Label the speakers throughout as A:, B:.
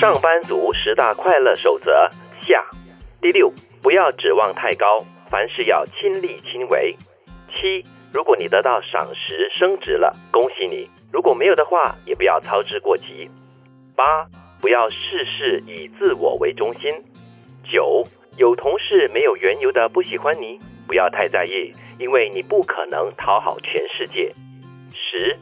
A: 上班族十大快乐守则下第六，不要指望太高，凡事要亲力亲为。七，如果你得到赏识升职了，恭喜你；如果没有的话，也不要操之过急。八，不要事事以自我为中心。九，有同事没有缘由的不喜欢你，不要太在意，因为你不可能讨好全世界。十，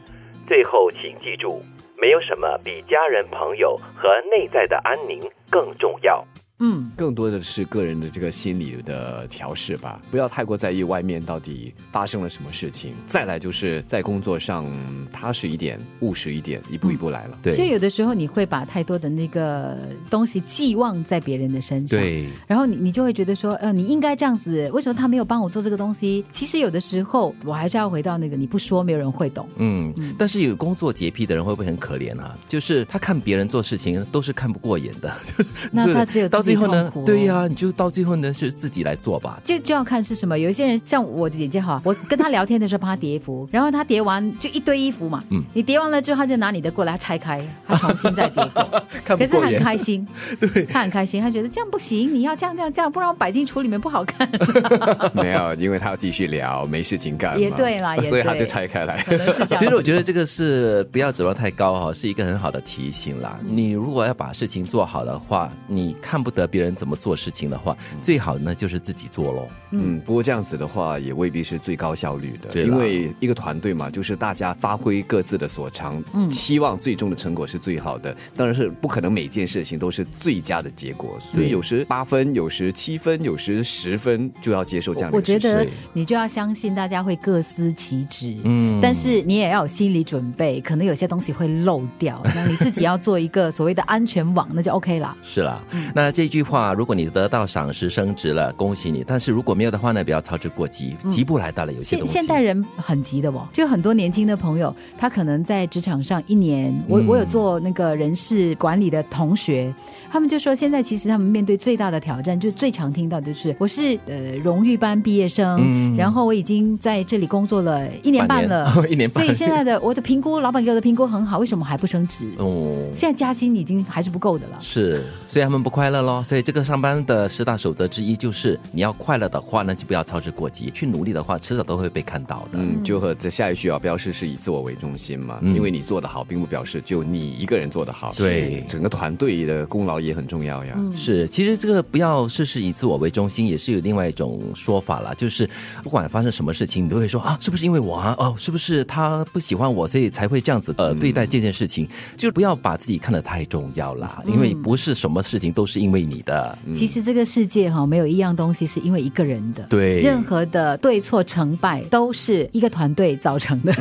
A: 最后请记住，没有什么比家人、朋友和内在的安宁更重要。
B: 嗯，
C: 更多的是个人的这个心理的调试吧，不要太过在意外面到底发生了什么事情。再来就是在工作上嗯踏实一点，务实一点，一步一步来了。
B: 就
D: 对
B: 有的时候你会把太多的那个东西寄望在别人的身上，
D: 对，
B: 然后你你就会觉得说，呃，你应该这样子，为什么他没有帮我做这个东西？其实有的时候我还是要回到那个，你不说没有人会懂。
D: 嗯，但是有工作洁癖的人会不会很可怜啊？就是他看别人做事情都是看不过眼的，
B: 那他只有
D: 到
B: 自己
D: 最后呢
B: 痛苦哦，
D: 对呀、你就到最后呢是自己来做吧。
B: 就就要看是什么。有一些人像我的姐姐哈，我跟她聊天的时候帮她叠衣服，然后她叠完就一堆衣服嘛，
D: 嗯
B: 你叠完了之后，她就拿你的过来，她拆开，她重新再叠过。
D: 看
B: 可
D: 不
B: 是她
D: 过
B: 很
D: 眼，
B: 开 心，对，她很开心，她觉得这样不行，你要这样这样这样，不然我摆进橱里面不好看。
C: 没有，因为他要继续聊，没事情干嘛。
B: 也对啦也
C: 所以他
B: 对
C: 就拆开来。
B: 可能是这样。
D: 其实我觉得这个是不要指望太高哈、是一个很好的提醒啦。
B: 嗯
D: 你如果要把事情做好的话，你看不得别人怎么做事情的话，
B: 嗯
D: 最好呢就是自己做喽。
C: 嗯，不过这样子的话也未必是最高效率的，
D: 对啦
C: 因为一个团队嘛，就是大家发挥各自的所长，嗯，期望最终的成果是最好的，当然是不可能每件事情都是最佳的结果，所以有时八分，有时七分，有时十分，就要接受这样的
B: 我
C: 一
B: 觉
C: 个事实。
B: 得
D: 是
B: 你就要相信大家会各司其职，
D: 嗯
B: 但是你也要有心理准备，可能有些东西会漏掉，那你自己要做一个所谓的安全网，那就 OK 啦。
D: 是啦，
B: 嗯
D: 那这句话，如果你得到赏识升职了，恭喜你；但是如果没有的话呢，不要操之过急，急不来到了有些
B: 嗯现
D: 东西。
B: 现代人很急的哦，就很多年轻的朋友，他可能在职场上一年，我
D: 嗯
B: 我有做那个人事管理的同学，他们就说现在其实他们面对最大的挑战，就最常听到的就是我是呃荣誉班毕业生，然后我已经在这里工作了一年半了，
D: 嗯半年 一年半
B: 所以现在的我的评估，老板给我的评估很好，为什么还不升职？
D: 哦，
B: 现在加薪已经还是不够的了。
D: 是，所以他们不快乐咯。所以这个上班的十大守则之一就是，你要快乐的话呢，就不要操之过急；去努力的话，迟早都会被看到的。
C: 嗯，就和这下一句啊，标示是以自我为中心嘛，因为你做得好，并不表示就你一个人做得好，
D: 对嗯
C: 整个团队的功劳也很重要呀。
D: 是，其实这个不要事事以自我为中心，也是有另外一种说法啦，就是不管发生什么事情，你都会说啊，是不是因为我啊？哦，是不是他不喜欢我，所以才会这样子呃对待这件事情？就不要把自己看得太重要啦，因为不是什么事情都是因为你的。
B: 其实这个世界哈，没有一样东西是因为一个人的。
D: 对
B: 任何的对错成败都是一个团队造成 的。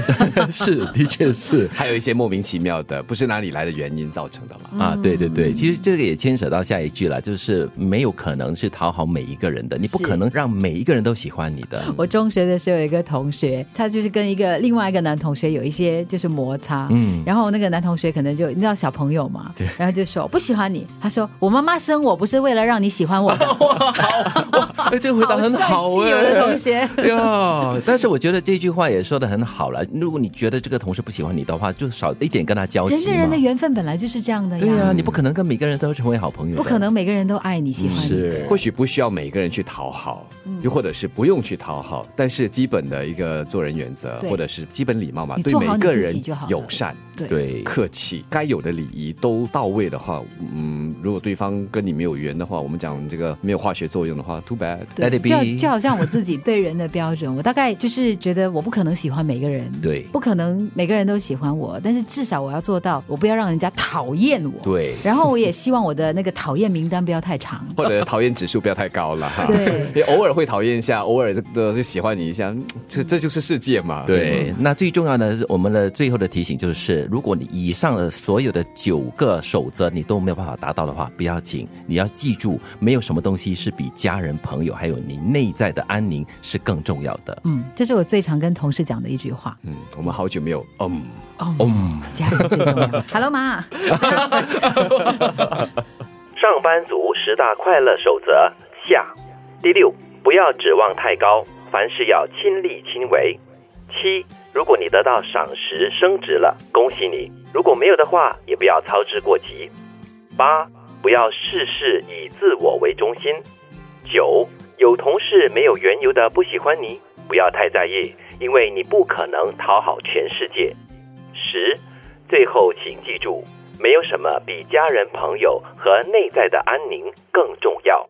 D: 是，的确是。
C: 还有一些莫名其妙的，不是哪里来的原因造成的嘛。
B: 嗯
D: 啊，对对对，其实这个也牵扯到下一句了，就是没有可能是讨好每一个人的，你不
B: 是
D: 可能让每一个人都喜欢你的。
B: 我中学的时候有一个同学，他就是跟一个另外一个男同学有一些就是摩擦，嗯，然后那个男同学可能就你知道小朋友嘛，对，然后就说我不喜欢你，他说我妈妈生我不是为了让你喜欢我 的，
D: 哎，这个回答哦很好
B: 好哦帅气
D: 哎、
B: 有的同学
D: 呀，但是我觉得这句话也说的很好了。如果你觉得这个同事不喜欢你的话，就少一点跟他交
B: 人
D: 集嘛。
B: 跟人的缘分本来就是这样的
D: 对啊呀、
B: 呀，
D: 你不可能跟每个人都成为好朋友，
B: 不可。能每个人都爱你喜欢你，
D: 是
C: 或许不需要每个人去讨好，
B: 嗯
C: 又或者是不用去讨好，但是基本的一个做人原则，
B: 对
C: 或者是基本礼貌嘛，
B: 你
C: 对
B: 做
C: 每
B: 好你
C: 个
B: 自己
C: 人
B: 就好了
C: 友善、
B: 对
D: 对，
C: 客气，该有的礼仪都到位的话，嗯，如果对方跟你没有缘的话，我们讲这个没有化学作用的话，too bad。
B: 对
D: Let it
B: 就
D: be
B: 就好像我自己对人的标准，我大概就是觉得我不可能喜欢每个人，
D: 对
B: 不可能每个人都喜欢我，但是至少我要做到，我不要让人家讨厌我。
D: 对
B: 然后我也希望我的那个讨厌名单不要太长。
C: 或者讨厌指数不要太高了哈，
B: 对
C: 也偶尔会讨厌一下，偶尔的就喜欢你一下，嗯这这就是世界嘛，吗
D: 对，那最重要的是我们的最后的提醒就是，如果你以上的所有的九个守则你都没有办法达到的话，不要紧，你要记住，没有什么东西是比家人、朋友还有你内在的安宁是更重要的。
B: 嗯，这是我最常跟同事讲的一句 话。
C: 嗯，我们好久没有嗯。
B: 嗯，家人最重要。Hello 妈，
A: 上班族十大快乐守则下第六，不要指望太高，凡事要亲力亲为。七，如果你得到赏识升职了，恭喜你；如果没有的话，也不要操之过急。八，不要事事以自我为中心。九，有同事没有缘由的不喜欢你，不要太在意，因为你不可能讨好全世界。十，最后请记住，没有什么比家人、朋友和内在的安宁更重要。